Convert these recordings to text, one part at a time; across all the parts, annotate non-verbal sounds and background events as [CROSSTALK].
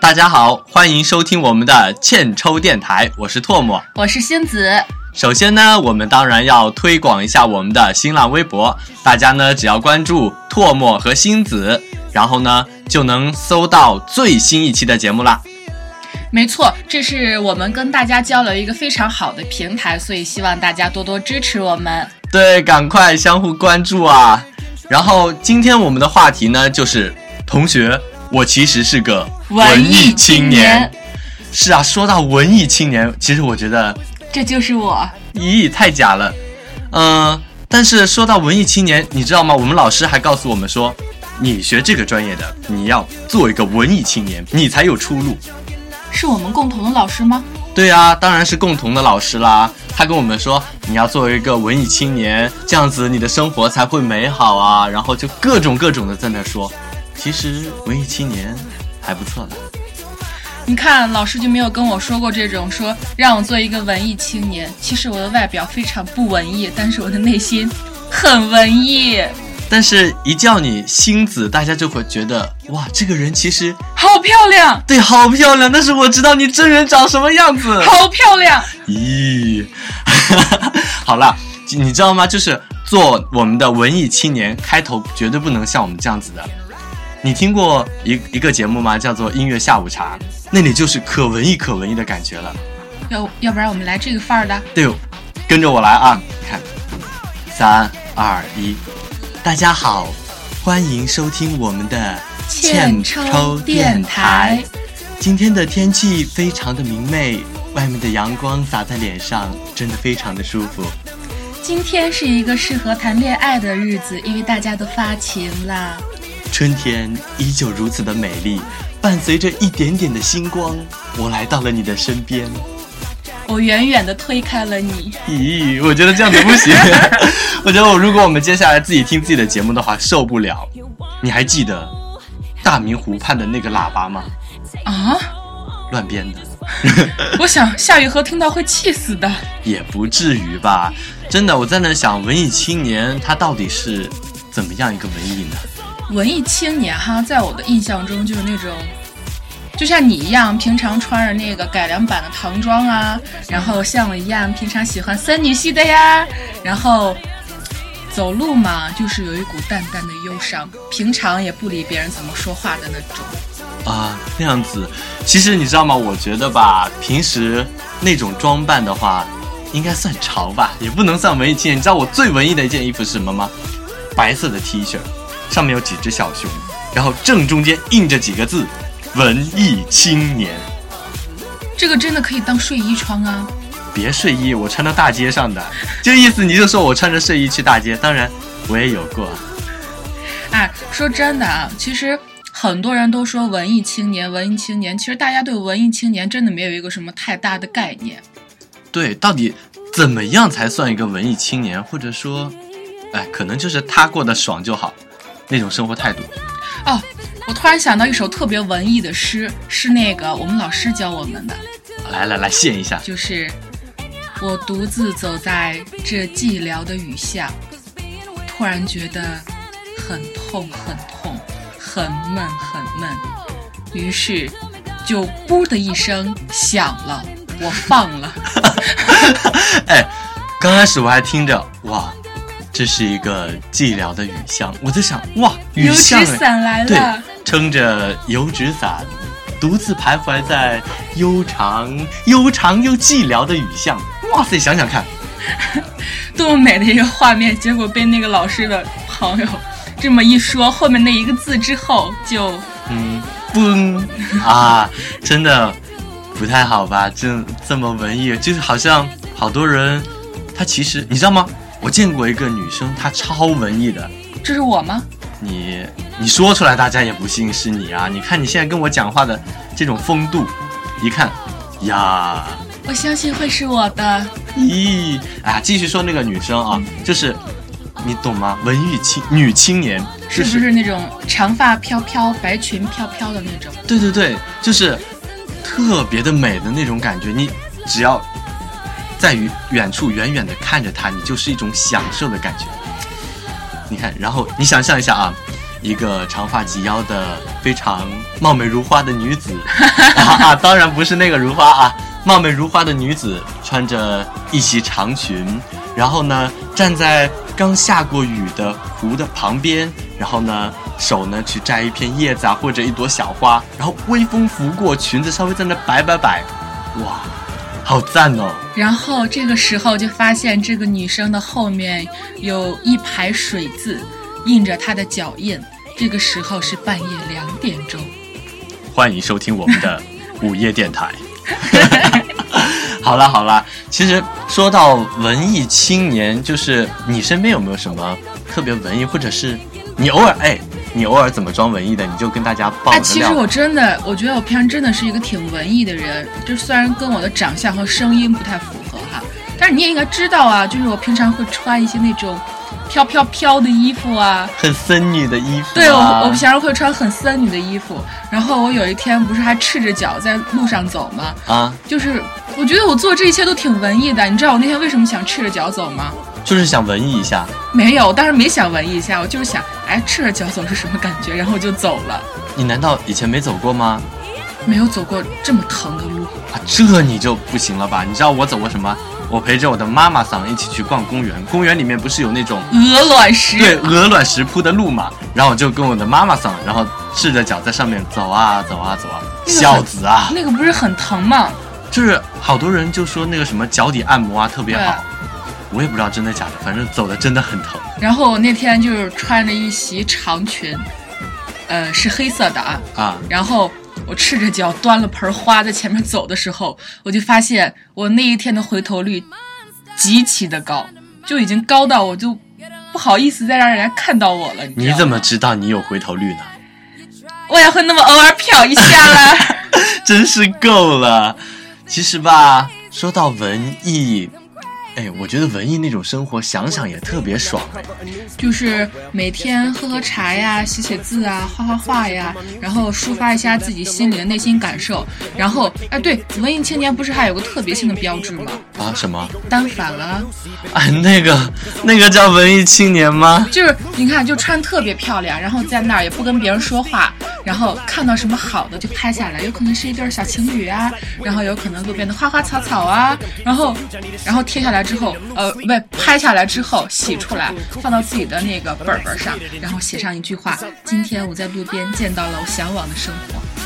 大家好，欢迎收听我们的欠抽电台，我是唾沫。我是仙子，首先呢，我们当然要推广一下我们的新浪微博，大家呢只要关注唾沫和星子，然后呢就能搜到最新一期的节目啦。没错，这是我们跟大家交流一个非常好的平台，所以希望大家多多支持我们。对，赶快相互关注啊！然后今天我们的话题呢，就是同学，我其实是个艺青文艺青年是啊，说到文艺青年，其实我觉得，这就是我，咦，太假了。嗯、但是说到文艺青年，你知道吗？我们老师还告诉我们说，你学这个专业的，你要做一个文艺青年，你才有出路。是我们共同的老师吗？对啊，当然是共同的老师啦。他跟我们说，你要作为一个文艺青年，这样子你的生活才会美好啊。然后就各种各种的在那说，其实文艺青年还不错的。你看，老师就没有跟我说过这种说让我做一个文艺青年。其实我的外表非常不文艺，但是我的内心很文艺，但是，一叫你星子，大家就会觉得哇，这个人其实好漂亮，对好漂亮，但是我知道你真人长什么样子。好漂亮。 [LAUGHS] 咦，好啦，你知道吗？就是做我们的文艺青年，开头绝对不能像我们这样子的。你听过一一个节目吗？叫做《音乐下午茶》，那里就是可文艺可文艺的感觉了。要要不然我们来这个范儿的。对，哎跟着我来啊！看，三二一，大家好，欢迎收听我们的抽电台，今天的天气非常的明媚，外面的阳光洒在脸上，真的非常的舒服。今天是一个适合谈恋爱的日子，因为大家都发情啦。春天依旧如此的美丽，伴随着一点点的星光，我来到了你的身边。我远远地推开了你，咦，我觉得这样子不行。 [LAUGHS] 我觉得我如果我们接下来自己听自己的节目的话，受不了。你还记得大明湖畔的那个喇叭吗？啊！乱编的，我想夏雨荷听到会气死的。也不至于吧？真的，我在那想，文艺青年他到底是怎么样一个文艺呢？文艺青年哈，在我的印象中就是那种，就像你一样，平常穿着那个改良版的唐装啊，然后像我一样，平常喜欢森女系的呀，然后走路嘛，就是有一股淡淡的忧伤，平常也不理别人怎么说话的那种。啊，那样子，其实你知道吗？我觉得吧，平时那种装扮的话，应该算潮吧，也不能算文艺青年。你知道我最文艺的一件衣服是什么吗？白色的 T 恤，上面有几只小熊，然后正中间印着几个字“文艺青年这个真的可以当睡衣穿啊！”。别睡衣，我穿到大街上的，这意思你就说我穿着睡衣去大街。当然，我也有过啊。哎，说真的啊，其实很多人都说文艺青年，文艺青年，其实大家对文艺青年真的没有一个什么太大的概念。对，到底怎么样才算一个文艺青年？或者说，哎，可能就是他过得爽就好，那种生活态度。哦，我突然想到一首特别文艺的诗，是那个我们老师教我们的，来来来，献一下。就是我独自走在这寂寥的雨下，突然觉得很痛很痛，很闷很闷，于是就噗的一声响了，我放了。哎，刚开始我还听着，哇，这是一个寂寥的雨巷。我在想，哇，雨油巷纸哎伞来对了，，撑着油纸伞，独自徘徊在悠长、悠长又寂寥的雨巷。哇塞，想想看，多么美的一个画面，结果被那个老师的朋友这么一说，后面那一个字之后就。嗯，嘣啊，真的不太好吧？这这么文艺，就是好像好多人，他其实你知道吗？我见过一个女生，她超文艺的，这是我吗？你你说出来，大家也不信是你啊！你看你现在跟我讲话的这种风度，一看呀，我相信会是我的。咦，哎呀，继续说那个女生啊，就是你懂吗？文艺青女青年，就是不是是那种长发飘飘、白裙飘飘的那种？对对对，就是特别的美的那种感觉。你只要在于远处远远的看着她，你就是一种享受的感觉。你看，然后你想象一下啊，一个长发及腰的非常貌美如花的女子 [LAUGHS] 啊啊，当然不是那个如花啊，貌美如花的女子穿着一袭长裙，然后呢站在刚下过雨的湖的旁边，然后呢手呢去摘一片叶子啊或者一朵小花，然后微风拂过，裙子稍微在那摆摆摆，哇，好赞哦！然后这个时候就发现这个女生的后面有一排水渍，印着她的脚印。这个时候是半夜两点钟。欢迎收听我们的午夜电台。 [LAUGHS] 好啦好啦，其实说到文艺青年，就是你身边有没有什么特别文艺，或者是你偶尔哎，你偶尔怎么装文艺的，你就跟大家爆哎，个其实料。我真的，我觉得我平常真的是一个挺文艺的人，就虽然跟我的长相和声音不太符合哈，但是你也应该知道啊，就是我平常会穿一些那种飘飘飘的衣服啊，很森女的衣服、啊，对我，我平常会穿很森女的衣服。然后我有一天不是还赤着脚在路上走吗？啊，就是我觉得我做这一切都挺文艺的。你知道我那天为什么想赤着脚走吗？就是想文艺一下。没有，我当时没想文艺一下，我就是想，哎，赤着脚走是什么感觉？然后我就走了，你难道以前没走过吗？没有走过这么疼的路。啊，这你就不行了吧？你知道我走过什么？我陪着我的妈妈桑一起去逛公园，公园里面不是有那种鹅卵石，对，鹅卵石铺的路嘛，然后我就跟我的妈妈桑，然后赤着脚在上面走啊走啊走啊，那个很孝子啊，那个不是很疼吗？就是好多人就说那个什么脚底按摩啊特别好，我也不知道真的假的，反正走的真的很疼。然后我那天就是穿着一袭长裙，呃，是黑色的啊。啊，然后我赤着脚端了盆花在前面走的时候，我就发现我那一天的回头率极其的高，就已经高到我就不好意思再让人家看到我了。你你怎么？么知道你有回头率呢？ [LAUGHS] 我也会那么偶尔瞟一下啦。真是够了。其实吧，说到文艺，哎，我觉得文艺那种生活想想也特别爽。就是每天喝喝茶呀，写写字啊，画画画呀，然后抒发一下自己心里的内心感受。然后，哎，对，文艺青年不是还有个特别性的标志吗？啊，什么？单反了啊。哎，那个，那个叫文艺青年吗？就是你看，就穿特别漂亮，然后在那儿也不跟别人说话，然后看到什么好的就拍下来，有可能是一对儿小情侣啊，然后有可能路边的花花草草啊，然后，然后贴下来之后，呃，不拍下来之后洗出来，放到自己的那个本儿本儿上，然后写上一句话：今天我在路边见到了我向往的生活。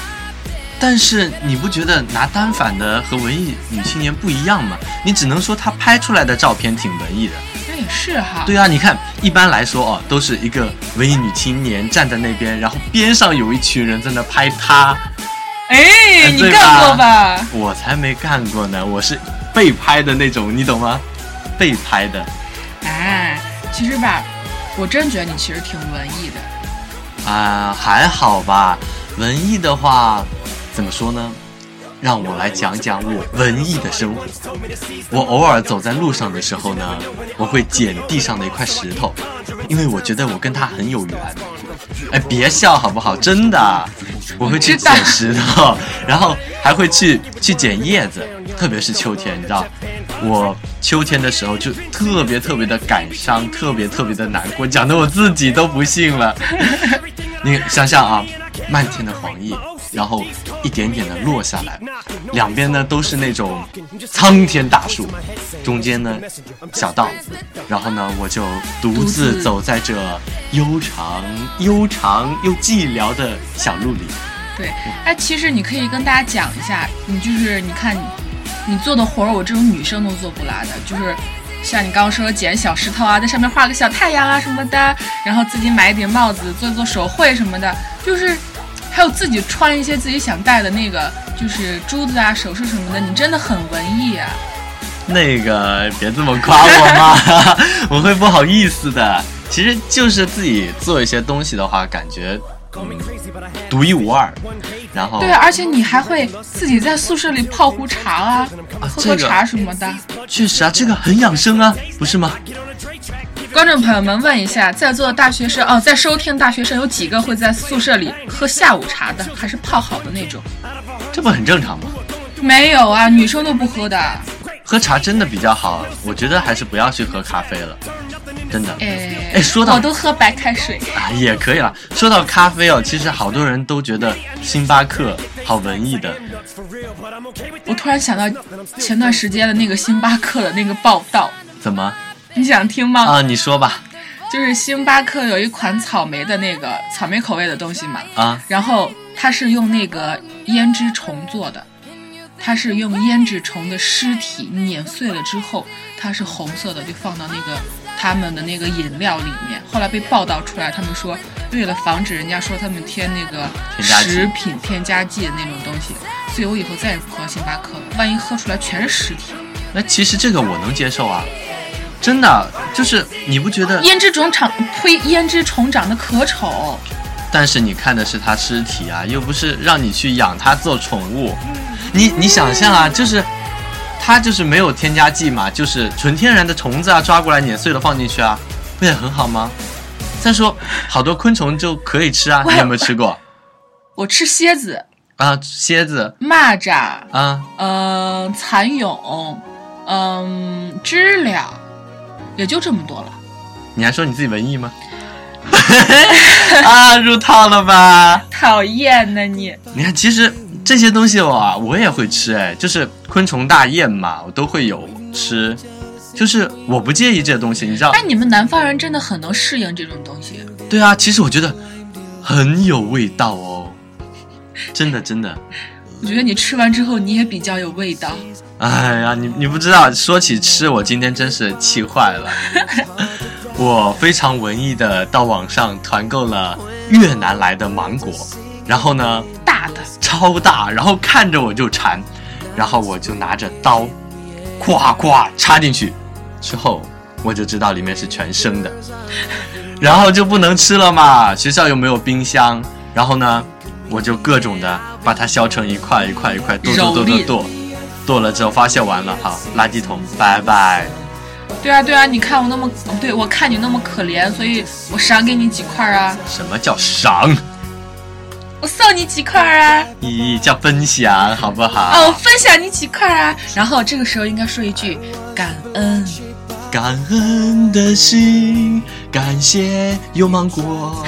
但是你不觉得拿单反的和文艺女青年不一样吗？你只能说她拍出来的照片挺文艺的。那也是哈，对啊，你看，一般来说哦，都是一个文艺女青年站在那边，然后边上有一群人在那拍她。哎，你对干过吧吧？我才没干过呢，我是被拍的那种，你懂吗？被拍的哎，其实吧，我真觉得你其实挺文艺的。啊、还好吧。文艺的话，怎么说呢？让我来讲讲我文艺的生活。我偶尔走在路上的时候呢，我会捡地上的一块石头，因为我觉得我跟它很有缘。哎，别笑好不好？真的，啊 [LAUGHS] 我会去我知道捡石头，然后还会去去捡叶子，特别是秋天，你知道，我秋天的时候就特别特别的感伤，特别特别的难过，讲的我自己都不信了。你想想啊，漫天的黄叶，然后一点点的落下来，两边呢都是那种苍天大树，中间呢小道，然后呢我就独自走在这悠长、悠长又寂寥的小路里。对，哎，其实你可以跟大家讲一下，你就是你看你，你做的活儿，我这种女生都做不来的，就是像你刚刚说捡小石头啊，在上面画个小太阳啊什么的，然后自己买一顶帽子，做做手绘什么的，就是还有自己穿一些自己想戴的那个，就是珠子啊、首饰什么的，你真的很文艺啊。那个别这么夸我嘛， [LAUGHS] 我会不好意思的。其实就是自己做一些东西的话，感觉嗯独一无二，然后对啊，而且你还会自己在宿舍里泡壶茶啊，啊喝这喝个茶什么的。确实啊，这个很养生啊，不是吗？观众朋友们，问一下，在座的大学生哦，在收听的大学生有几个会在宿舍里喝下午茶的，还是泡好的那种？这不很正常吗？没有啊，女生都不喝的。啊喝茶真的比较好，我觉得还是不要去喝咖啡了。真的。哎哎说到我都喝白开水，啊，也可以了。说到咖啡哦，其实好多人都觉得星巴克好文艺的，我突然想到前段时间的那个星巴克的那个报道，怎么你想听吗？啊？你说吧，就是星巴克有一款草莓的那个草莓口味的东西嘛，啊，然后它是用那个胭脂虫做的，它是用胭脂虫的尸体碾碎了之后，它是红色的，就放到那个他们的那个饮料里面。后来被报道出来，他们说为了防止人家说他们添那个添加剂食品添加剂的那种东西，所以我以后再也不喝星巴克了。万一喝出来全是尸体，那其实这个我能接受啊，真的啊就是你不觉得？胭脂虫长呸，胭脂虫长得可丑。但是你看的是它尸体啊，又不是让你去养它做宠物。嗯你你想象啊，就是它就是没有添加剂嘛，就是纯天然的虫子啊，抓过来碾碎了放进去啊，不也很好吗？再说好多昆虫就可以吃啊，我你有没有吃过我吃蝎子、啊？蝎子蚂蚱，啊，嗯，蚕蛹，嗯，知了，也就这么多了。你还说你自己文艺 [LAUGHS] 吗？ [LAUGHS] 啊，入套了吧？讨厌呢你！你看，其实这些东西哇，我也会吃，哎，就是昆虫大宴嘛，我都会有吃，就是我不介意这些东西，你知道？哎但你们南方人真的很能适应这种东西。对啊，其实我觉得很有味道哦，真的真的。我觉得你吃完之后你也比较有味道。哎呀，你你不知道，说起吃，我今天真是气坏了。我非常文艺的到网上团购了越南来的芒果，然后呢，大的，超大，然后看着我就馋，然后我就拿着刀，咵咵插进去，之后我就知道里面是全生的，然后就不能吃了嘛。学校又没有冰箱，然后呢，我就各种的把它削成一块一块一块剁剁剁剁剁，剁了之后发泄完了，好，垃圾桶，拜拜。对啊对啊，你看我那么，对我看你那么可怜，所以我赏给你几块啊，什么叫赏？我送你几块啊，咦，叫分享，好不哦，我好？分享你几块啊。然后这个时候应该说一句感恩。感恩的心，感谢有芒果。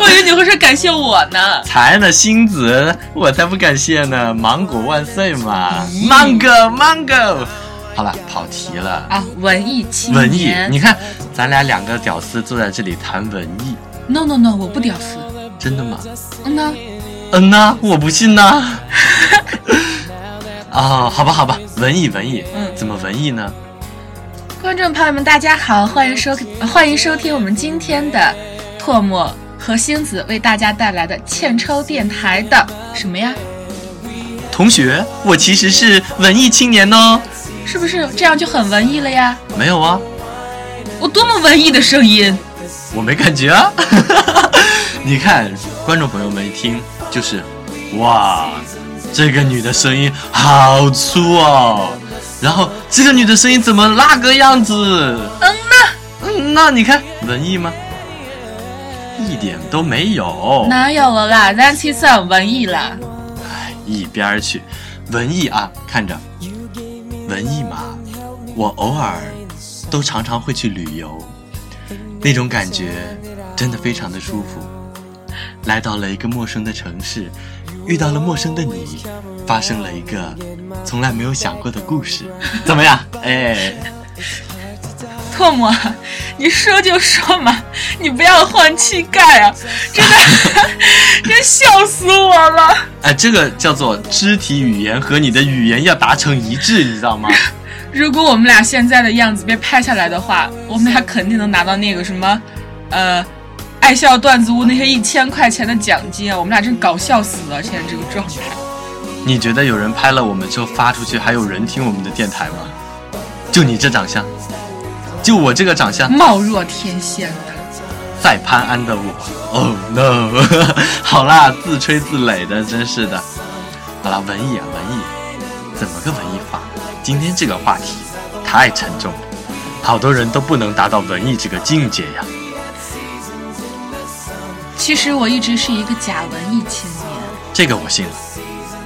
我以为你会说感谢我呢。才呢，星子，我才不感谢呢！芒果万岁嘛咦，mango mango。好了，跑题了。啊，文艺青文艺年，。你看，咱俩两个屌丝坐在这里谈文艺， No no no，我不屌丝。真的吗？嗯呐，嗯呐、我不信呐、 [LAUGHS] 啊。好吧，好吧，文艺文艺，嗯怎么文艺呢？观众朋友们，大家好，欢迎收欢迎收听我们今天的唾沫和星子为大家带来的欠抽电台的什么呀？同学，我其实是文艺青年哦。是不是这样就很文艺了呀？没有啊，我多么文艺的声音！我没感觉啊。 [LAUGHS] 你看，观众朋友们一听就是，哇，这个女的声音好粗哦。然后这个女的声音怎么那个样子？嗯呐，嗯呐，你看文艺吗？一点都没有，哪有了啦？咱其实很文艺啦。一边儿去。文艺啊，看着，文艺嘛，我偶尔都常常会去旅游，那种感觉真的非常的舒服。来到了一个陌生的城市，遇到了陌生的你，发生了一个从来没有想过的故事，怎么样？ [LAUGHS] 哎，唾沫，你说就说嘛，你不要换气概啊！真的， [LAUGHS] 真笑死我了。哎，这个叫做肢体语言和你的语言要达成一致，你知道吗？如果我们俩现在的样子被拍下来的话，我们俩肯定能拿到那个什么，呃，爱笑段子屋那些一千块钱的奖金啊！我们俩真搞笑死了，现在这个状态。你觉得有人拍了我们之后发出去，还有人听我们的电台吗？就你这长相，就我这个长相，貌若天仙呐！再潘安的我，Oh no！好 [LAUGHS] 啦，自吹自擂的，真是的。好啦，文艺啊，文艺，怎么个文艺法？今天这个话题太沉重了，好多人都不能达到文艺这个境界呀。其实我一直是一个假文艺青年， [LAUGHS] 这个我信了。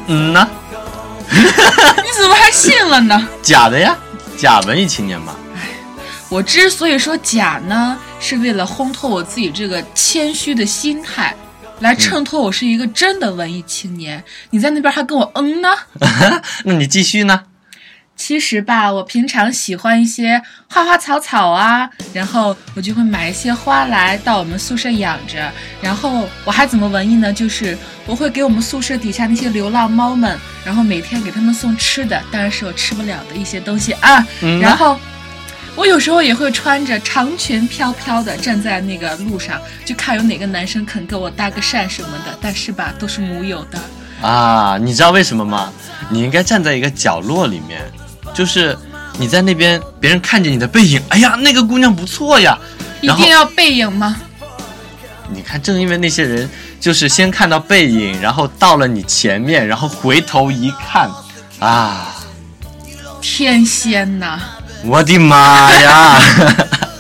嗯呐，你怎么还信了呢？假的呀，假文艺青年嘛。我之所以说假呢，是为了烘托我自己这个谦虚的心态，来衬托我是一个真的文艺青年。你在那边还跟我嗯呢？那你继续呢？其实吧，我平常喜欢一些花花草草啊，然后我就会买一些花来到我们宿舍养着。然后我还怎么文艺呢？就是我会给我们宿舍底下那些流浪猫们，然后每天给他们送吃的，当然是我吃不了的一些东西啊。嗯然呢，后我有时候也会穿着长裙飘飘的站在那个路上，就看有哪个男生肯给我搭个讪什么的，但是吧，都是木有的。啊，你知道为什么吗？你应该站在一个角落里面，就是你在那边，别人看见你的背影，哎呀，那个姑娘不错呀。一然后定要背影吗？你看，正因为那些人就是先看到背影，然后到了你前面，然后回头一看，啊，天仙呐！我的妈呀， [LAUGHS]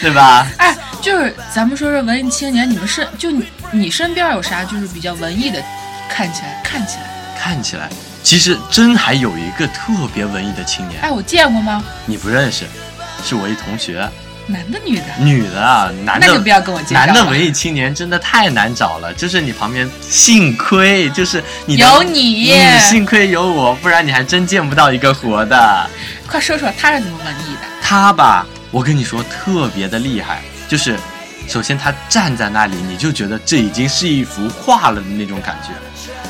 对吧？哎，就是咱们说说文艺青年，你们身就你你身边有啥就是比较文艺的？看起来，看起来，看起来，其实真还有一个特别文艺的青年，哎，我见过吗？你不认识，是我一同学，男的女的？女的啊，男那就的不。要跟我介绍了。男的文艺青年真的太难找了，就是你旁边，幸亏就是你的有你嗯幸亏有我，不然你还真见不到一个活的。快说说他是怎么文艺的？他吧，我跟你说特别的厉害，就是首先他站在那里，你就觉得这已经是一幅画了的那种感觉。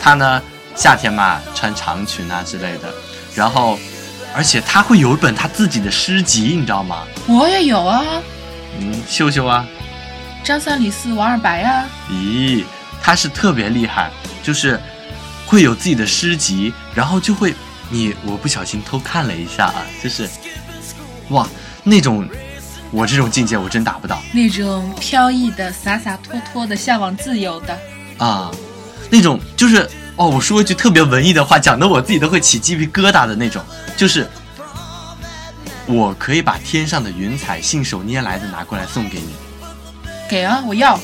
他呢，夏天嘛穿长裙啊之类的，然后而且他会有一本他自己的诗集，你知道吗？我也有啊，嗯，秀秀啊，张三李四王二白呀、啊。咦，他是特别厉害，就是会有自己的诗集，然后就会你我不小心偷看了一下啊，就是哇那种我这种境界我真达不到。那种飘逸的、洒洒脱脱的、向往自由的，啊，那种就是哦，我说一句特别文艺的话，讲的我自己都会起鸡皮疙瘩的那种，就是我可以把天上的云彩信手拈来的拿过来送给你，给啊，我要。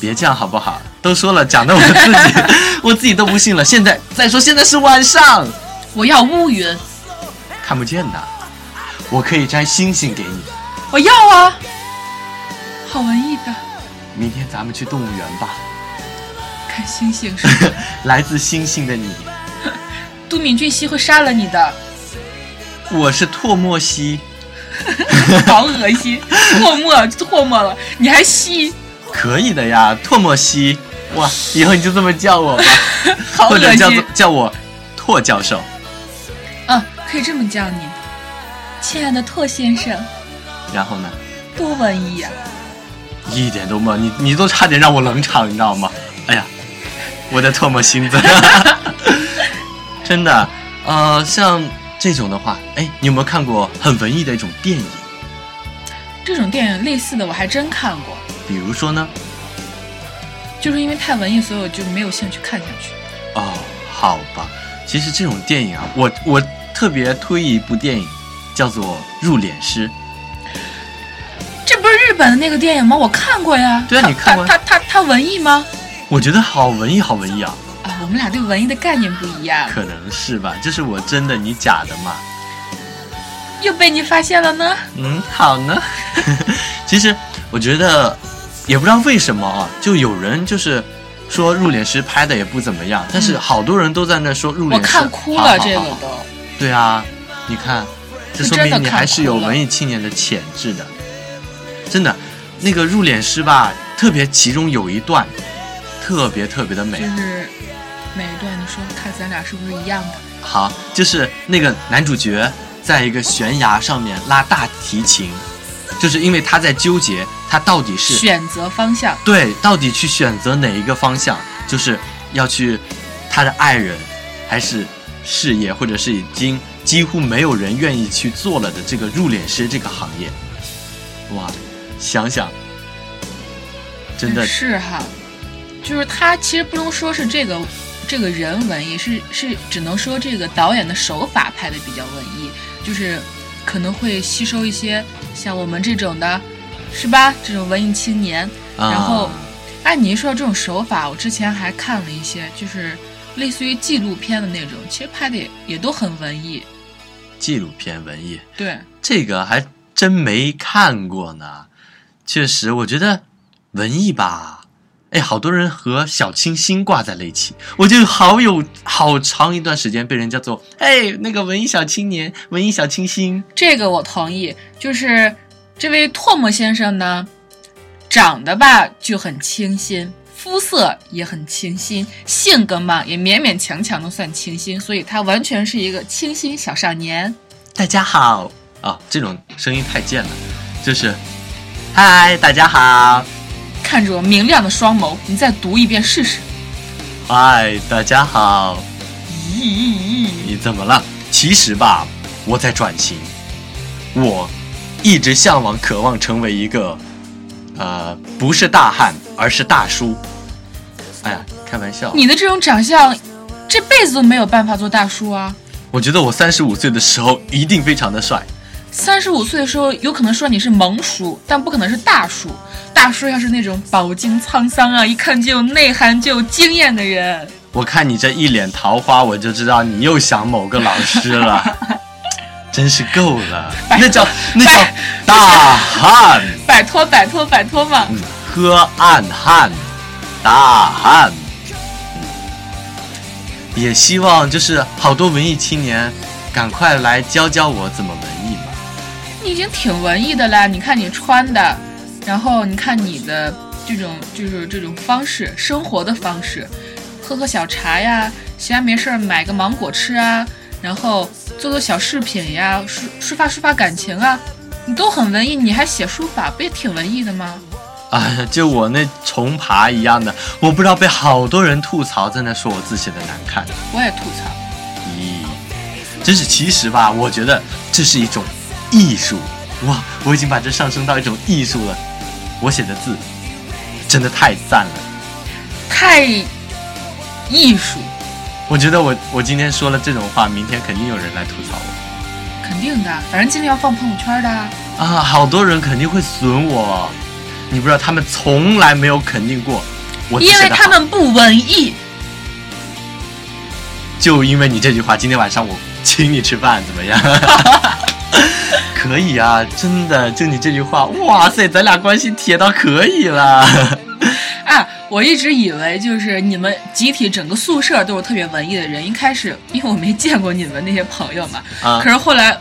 别这样好不好？都说了，讲的我自己， [LAUGHS] 我自己都不信了。现在再说，现在是晚上，我要乌云，看不见的，我可以摘星星给你。我要啊！好文艺的，明天咱们去动物园吧， [LAUGHS] 看星星是吧来自星星的你，都敏俊熙会杀了你的，我是唾沫西， [LAUGHS] 好恶心，唾沫唾沫了，你还吸，可以的呀，唾沫西。哇，以后你就这么叫我吧。 [LAUGHS] 好或恶者叫做心。叫我拓教授。嗯，可以这么叫你，亲爱的拓先生，然后呢，多文艺啊！一点都没，你你都差点让我冷场，你知道吗？哎呀，我在唾沫星子， [LAUGHS] 真的，呃，像这种的话，哎，你有没有看过很文艺的一种电影？这种电影类似的我还真看过，比如说呢，就是因为太文艺，所以我就没有兴趣看下去。哦，好吧，其实这种电影啊，我我特别推一部电影，叫做《入殓师》。这不是日本的那个电影吗？我看过呀。对啊它你看过呀它它它它文艺吗？我觉得好文艺，好文艺啊，啊，我们俩对文艺的概念不一样，可能是吧？这是我真的，你假的嘛？又被你发现了呢。嗯，好呢。 [LAUGHS] 其实我觉得，也不知道为什么啊，就有人就是说入殓师拍的也不怎么样，但是嗯好多人都在那说入殓师我看哭好好了，这好个好都。对啊，你看，这是说真的明你看还是哭有了文艺青年的潜质的。真的，那个入殓师吧，特别其中有一段特别特别的美就。是每一段，你说看咱俩是不是一样的？好，就是那个男主角在一个悬崖上面拉大提琴，就是因为他在纠结他到底是选择方向，对，到底去选择哪一个方向，就是要去他的爱人，还是事业，或者是已经几乎没有人愿意去做了的这个入殓师这个行业。哇，想想，真的是哈。就是他其实不能说是这个这个人文艺，是是只能说这个导演的手法拍的比较文艺，就是可能会吸收一些像我们这种的，是吧？这种文艺青年，啊，然后哎，你一说到这种手法，我之前还看了一些，就是类似于纪录片的那种，其实拍的也也都很文艺。纪录片文艺，对，这个还真没看过呢。确实，我觉得文艺吧，哎，好多人和小清新挂在了一起，我就好有好长一段时间被人叫做“哎，那个文艺小青年，文艺小清新这个我同意。就是这位唾沫先生呢，长得吧就很清新，肤色也很清新，性格嘛也勉勉强强的算清新，所以他完全是一个清新小少年。”，大家好啊，这种声音太贱了，就是“嗨，大家好，看着我明亮的双眸，你再读一遍试试。嗨，大家好”，咦，你怎么了？其实吧，我在转型，我一直向往、渴望成为一个，呃，不是大汉，而是大叔。哎呀，开玩笑，你的这种长相，这辈子都没有办法做大叔啊！我觉得我三十五岁的时候一定非常的帅。三十五岁的时候，有可能说你是萌叔，但不可能是大叔。大叔要是那种饱经沧桑啊，一看就有内涵、就有经验的人，我看你这一脸桃花，我就知道你又想某个老师了，真是够了。那叫那叫拜大汉，摆脱、摆脱、摆脱嘛！嗯喝暗汉，大汉。嗯也希望就是好多文艺青年，赶快来教教我怎么文艺吧。你已经挺文艺的啦，你看你穿的，然后你看你的这种就是这种方式，生活的方式，喝喝小茶呀，闲着没事儿买个芒果吃啊，然后做做小饰品呀，抒抒发抒发感情啊，你都很文艺，你还写书法，不也挺文艺的吗？啊，就我那重爬一样的，我不知道被好多人吐槽，在那说我字写的难看。我也吐槽。咦，真是其实吧，我觉得这是一种艺术。哇，我已经把这上升到一种艺术了。我写的字真的太赞了。太艺术，我觉得我我今天说了这种话，明天肯定有人来吐槽我肯定的，反正今天要放朋友圈的啊。啊！好多人肯定会损我，你不知道他们从来没有肯定过我字因写为的他好。们不文艺。就因为你这句话，今天晚上我请你吃饭，怎么 [LAUGHS] 样？可以啊，真的，就你这句话，哇塞，咱俩关系铁到可以了。啊，我一直以为就是你们集体整个宿舍都是特别文艺的人。一开始因为我没见过你们那些朋友嘛，啊可是后来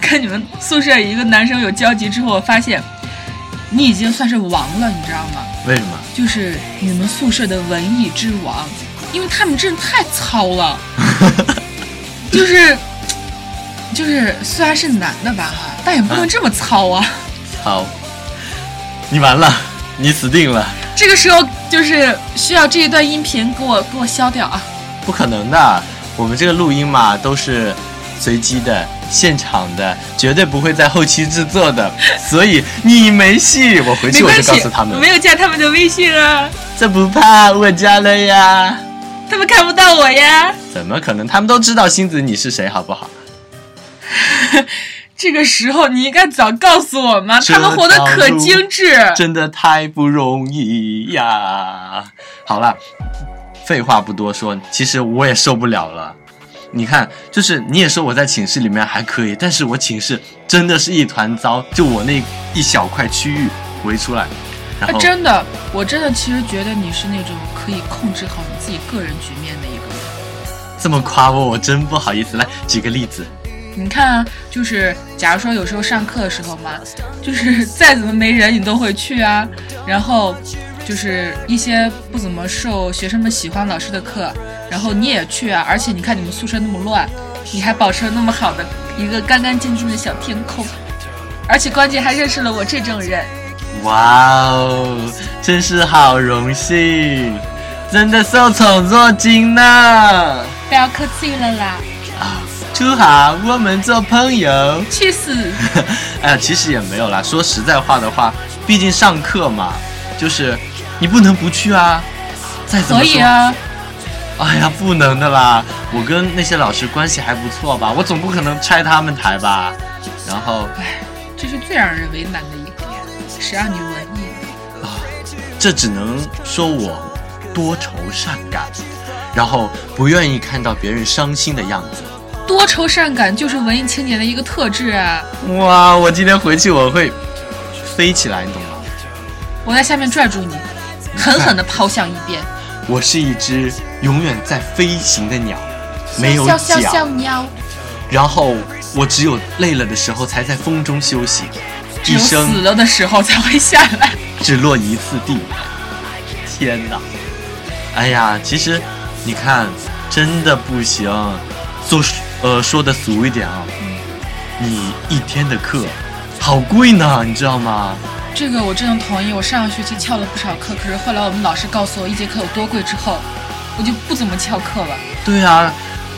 跟你们宿舍一个男生有交集之后，我发现你已经算是王了，你知道吗？为什么？就是你们宿舍的文艺之王，因为他们真的太糙了， [LAUGHS] 就是就是虽然是男的吧哈，但也不能这么糙 [LAUGHS] 啊。好，你完了，你死定了，这个时候就是需要这一段音频给我给我消掉啊。不可能的。我们这个录音嘛，都是随机的、现场的，绝对不会在后期制作的， [LAUGHS] 所以你没戏。我回没去哎我关就系告诉他，们我，没有加他们的微信啊，这不怕我加了呀？他们看不到我呀。怎么可能？他们都知道星子你是谁，好不好？这个时候你应该早告诉我嘛，这他们活得可精致。 [LAUGHS] 真的太不容易呀！好了，废话不多说，其实我也受不了了。你看，就是你也说我在寝室里面还可以，但是我寝室真的是一团糟，就我那一小块区域围出来，然啊后真的，我真的其实觉得你是那种可以控制好你自己个人局面的一个人。这么夸我，我真不好意思。来举个例子，你看啊，就是假如说有时候上课的时候嘛，就是 [LAUGHS] 再怎么没人你都会去啊，然后就是一些不怎么受学生们喜欢老师的课，然后你也去啊，而且你看你们宿舍那么乱，你还保持了那么好的一个干干净净的小天空，而且关键还认识了我这种人，哇哦，真是好荣幸，真的受宠若惊呢。不要客气了啦，啊，初好，我们做朋友。去 [LAUGHS] 死！哎呀，其实也没有啦。说实在话的话，毕竟上课嘛，就是你不能不去啊。再怎么可说，以啊，哎呀，不能的啦。我跟那些老师关系还不错吧，我总不可能拆他们台吧。然后这是最让人为难的一点，谁让你文艺呢？这只能说我多愁善感，然后不愿意看到别人伤心的样子。多愁善感就是文艺青年的一个特质啊！哇，我今天回去我会飞起来，你懂吗？我在下面拽住你，狠狠地抛向一边。我是一只永远在飞行的鸟，没有笑笑笑脚笑，喵，然后我只有累了的时候才在风中休息，只一有生死了的时候才会下来。只落一次地。天哪！哎呀，其实你看，真的不行。做呃说的俗一点啊，你一天的课好贵呢，你知道吗？这个我真的同意。我上个学期翘了不少课，可是后来我们老师告诉我一节课有多贵之后，我就不怎么翘课了。对啊，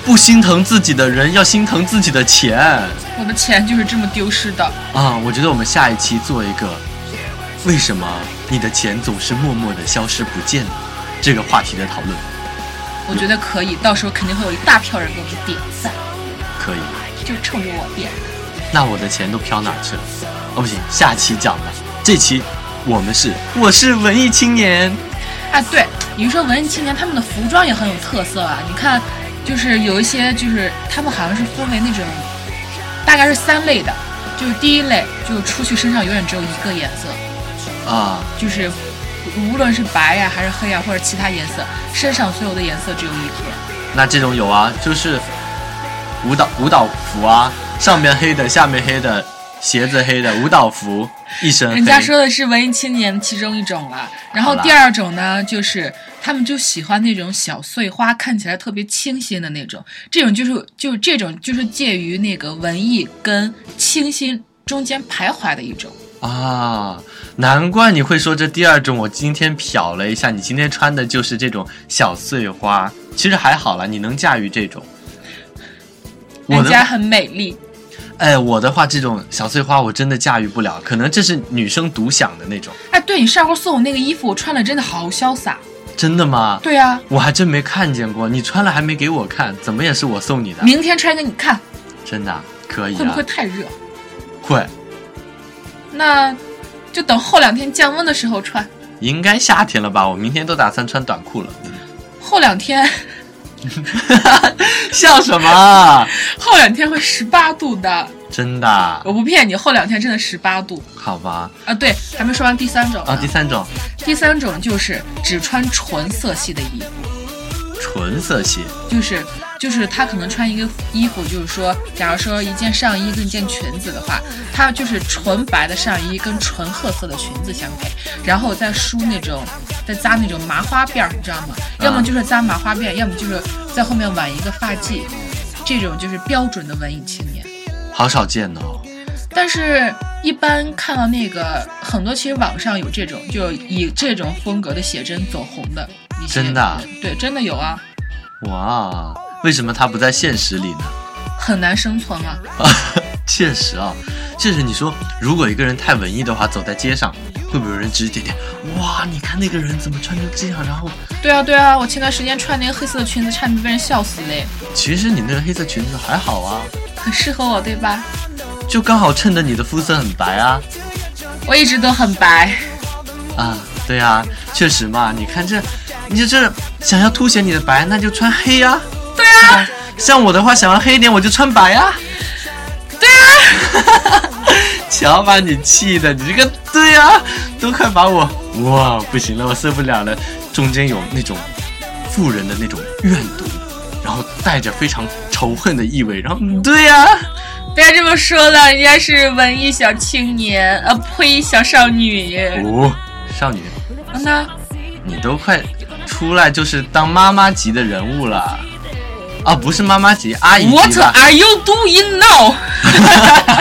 不心疼自己的人要心疼自己的钱啊！我的钱就是这么丢失的。我觉得我们下一期做一个，为什么你的钱总是默默的消失不见呢？这个话题的讨论我觉得可以，到时候肯定会有一大票人给我们点赞，可以。就冲着我点。那我的钱都飘哪儿去了？哦，不行，下期讲吧。这期我们是我是文艺青年，啊，对，你说文艺青年他们的服装也很有特色啊。你看，就是有一些就是他们好像是分为那种，大概是三类的，就是第一类就是出去身上永远只有一个颜色，啊，就是无论是白呀、还是黑呀、或者其他颜色，身上所有的颜色只有一个。那这种有啊，就是舞蹈舞蹈服啊，上面黑的，下面黑的，鞋子黑的，舞蹈服一身黑。人家说的是文艺青年其中一种了，然后好啦第二种呢，就是他们就喜欢那种小碎花，看起来特别清新的那种。这种就是就是这种就是介于那个文艺跟清新中间徘徊的一种。啊，难怪你会说这第二种。我今天瞟了一下，你今天穿的就是这种小碎花，其实还好啦，你能驾驭这种。我人家的很美丽，哎，我的话，这种小碎花我真的驾驭不了，可能这是女生独享的那种。哎，对你上回送我那个衣服，我穿的真的好潇洒。真的吗？对啊，我还真没看见过，你穿了还没给我看，怎么也是我送你的？明天穿给你看，真的啊可以会不啊会？太热？会，那就等后两天降温的时候穿。应该夏天了吧？我明天都打算穿短裤了。后两天， [LAUGHS] [LAUGHS] 笑什么？后两天会十八度的，真的啊？我不骗你，后两天真的十八度好吧？啊！对，还没说完第三种呢啊，第三种，第三种就是只穿纯色系的衣服。纯色系。就是就是他可能穿一个衣服，就是说，假如说一件上衣跟一件裙子的话，它就是纯白的上衣跟纯褐色的裙子相配，然后再梳那种，再扎那种麻花辫儿，你知道吗？嗯要么就是扎麻花辫，要么就是在后面挽一个发髻，这种就是标准的文艺青年。好少见哦。但是，一般看到那个很多，其实网上有这种，就以这种风格的写真走红的一些真的啊人对，真的有啊，哇，为什么它不在现实里呢？ [LAUGHS] 很难生存啊。确实啊，确实，你说如果一个人太文艺的话，走在街上，会不会有人指指点点？哇，你看那个人怎么穿成这样？然后，对啊，对啊，我前段时间穿那个黑色的裙子，差点被人笑死嘞，其实你那个黑色裙子还好啊，很适合我，对吧？就刚好衬得你的肤色很白啊。我一直都很白，啊，对啊，确实嘛，你看这，你就这想要凸显你的白，那就穿黑啊。对啊，像我的话，想要黑一点，我就穿白啊。对啊， [LAUGHS] 瞧把你气的，你这个对啊，都快把我哇不行了，我受不了了。中间有那种富人的那种怨毒，然后带着非常仇恨的意味，然后嗯对呀、啊，不要这么说了，人家是文艺小青年，啊，呸，小少女。哦，少女，那你都快出来就是当妈妈级的人物了，啊，不是妈妈级，阿姨级 What 的。 are you doing now？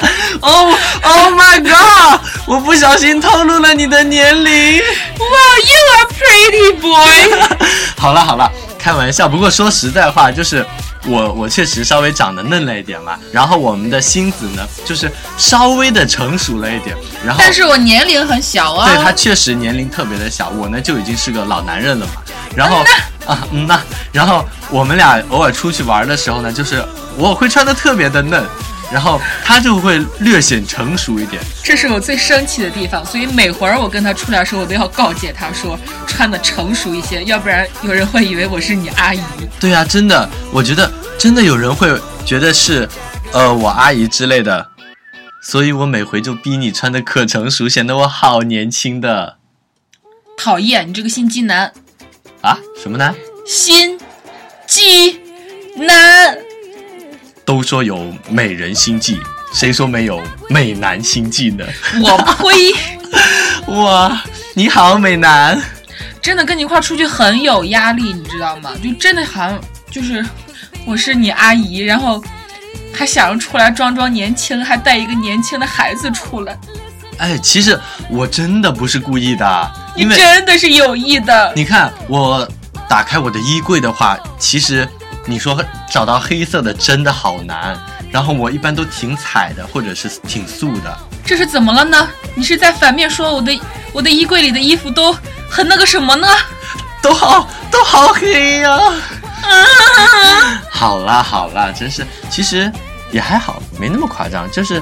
[LAUGHS] Oh [LAUGHS] Oh my god！我不小心透露了你的年龄。 [LAUGHS] 哇、wow,，You are pretty boy 。好了好了，开玩笑。不过说实在话，就是我我确实稍微长得嫩了一点嘛，然后我们的星子呢，就是稍微的成熟了一点，然后但是我年龄很小啊。对他确实年龄特别的小，我呢就已经是个老男人了嘛。然后啊，嗯呐，然后我们俩偶尔出去玩的时候呢，就是我会穿的特别的嫩，然后他就会略显成熟一点。这是我最生气的地方，所以每回儿我跟他出来的时候，我都要告诫他说，穿的成熟一些，要不然有人会以为我是你阿姨。对啊，真的，我觉得真的有人会觉得是，呃，我阿姨之类的，所以我每回就逼你穿的可成熟，显得我好年轻的讨厌你这个心机男，啊，什么呢？心机男，都说有美人心计，谁说没有美男心计呢？我呸！哇，你好，美男，真的跟你一块儿出去很有压力，你知道吗？就真的好像就是我是你阿姨，然后还想着出来装装年轻，还带一个年轻的孩子出来，哎，其实我真的不是故意的，你因为真的是有意的。你看我打开我的衣柜的话，其实你说找到黑色的真的好难，然后我一般都挺彩的，或者是挺素的。这是怎么了呢？你是在反面说我的我的衣柜里的衣服都很那个什么呢？都好都好黑呀、好啦好啦，真是，其实也还好，没那么夸张，就是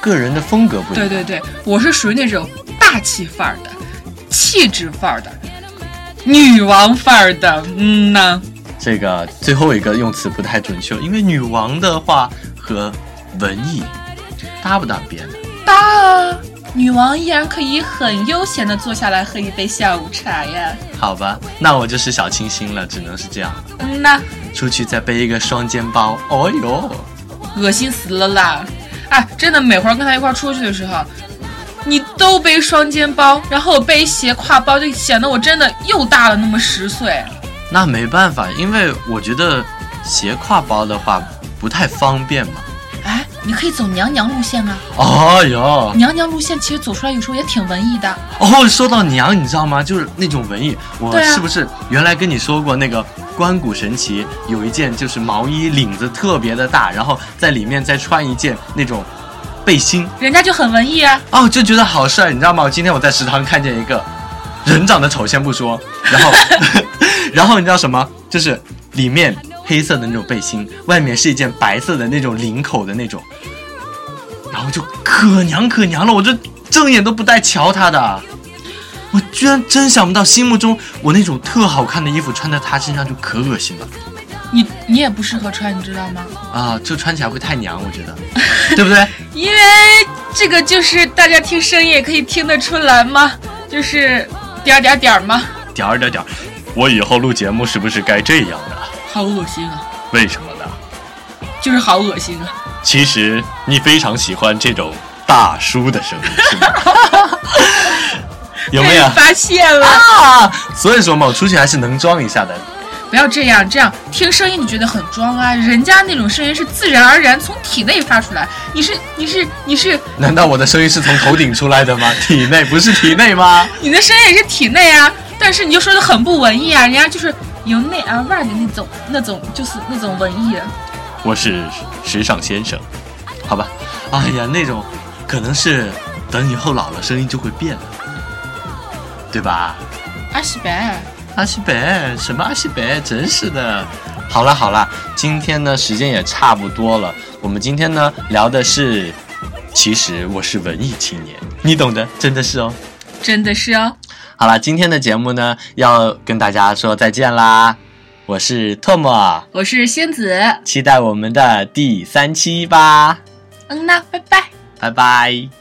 个人的风格不一对样。对对，我是属于那种大气范儿的、气质范儿的、女王范儿的。嗯呐，这个最后一个用词不太准确，因为女王的话和文艺搭不搭边呢？大啊女王依然可以很悠闲的坐下来喝一杯下午茶呀。好吧，那我就是小清新了，只能是这样。嗯呐，出去再背一个双肩包，哦哟，恶心死了啦！哎，真的，每回跟他一块儿出去的时候，你都背双肩包，然后我背斜挎包，就显得我真的又大了那么十岁。那没办法，因为我觉得斜挎包的话不太方便嘛。哎，你可以走娘娘路线啊！哦哟，娘娘路线其实走出来有时候也挺文艺的。哦，说到娘，你知道吗？就是那种文艺，我对啊是不是原来跟你说过那个关谷神奇有一件就是毛衣领子特别的大，然后在里面再穿一件那种背心，人家就很文艺啊，哦，就觉得好帅，你知道吗？我今天我在食堂看见一个人长得丑，先不说，然后 [LAUGHS] 然后你知道什么？就是里面黑色的那种背心，外面是一件白色的那种领口的那种，然后就可娘可娘了，我这正眼都不带瞧他的。我居然真想不到，心目中我那种特好看的衣服穿在他身上就可恶心了你你也不适合穿，你知道吗？啊！就穿起来会太娘，我觉得，对不对？因为这个就是大家听声音也可以听得出来嘛，就是点儿点儿点儿嘛，点儿点儿点儿，我以后录节目是不是该这样啊？好恶心啊，为什么呢？就是好恶心啊！其实你非常喜欢这种大叔的声音，是吗？有没有被？发现了？啊，所以说嘛，我出去还是能装一下的。不要这样，这样听声音你觉得很装啊，人家那种声音是自然而然从体内发出来，你是你是你是难道我的声音是从头顶出来的吗？ [LAUGHS] 体内不是体内吗？你的声音也是体内啊，但是你就说的很不文艺啊，人家就是由内而外的那种那种就是那种文艺、我是时尚先生，好吧。哎呀，那种可能是等以后老了声音就会变了，对吧？阿西白。阿西北，什么阿西北？真是的。好了好了，今天呢时间也差不多了。我们今天呢聊的是，其实我是文艺青年，你懂的，真的是哦。真的是哦，好了，今天的节目呢要跟大家说再见啦。我是特么，我是仙子，期待我们的第三期吧，嗯呐，拜拜。拜拜。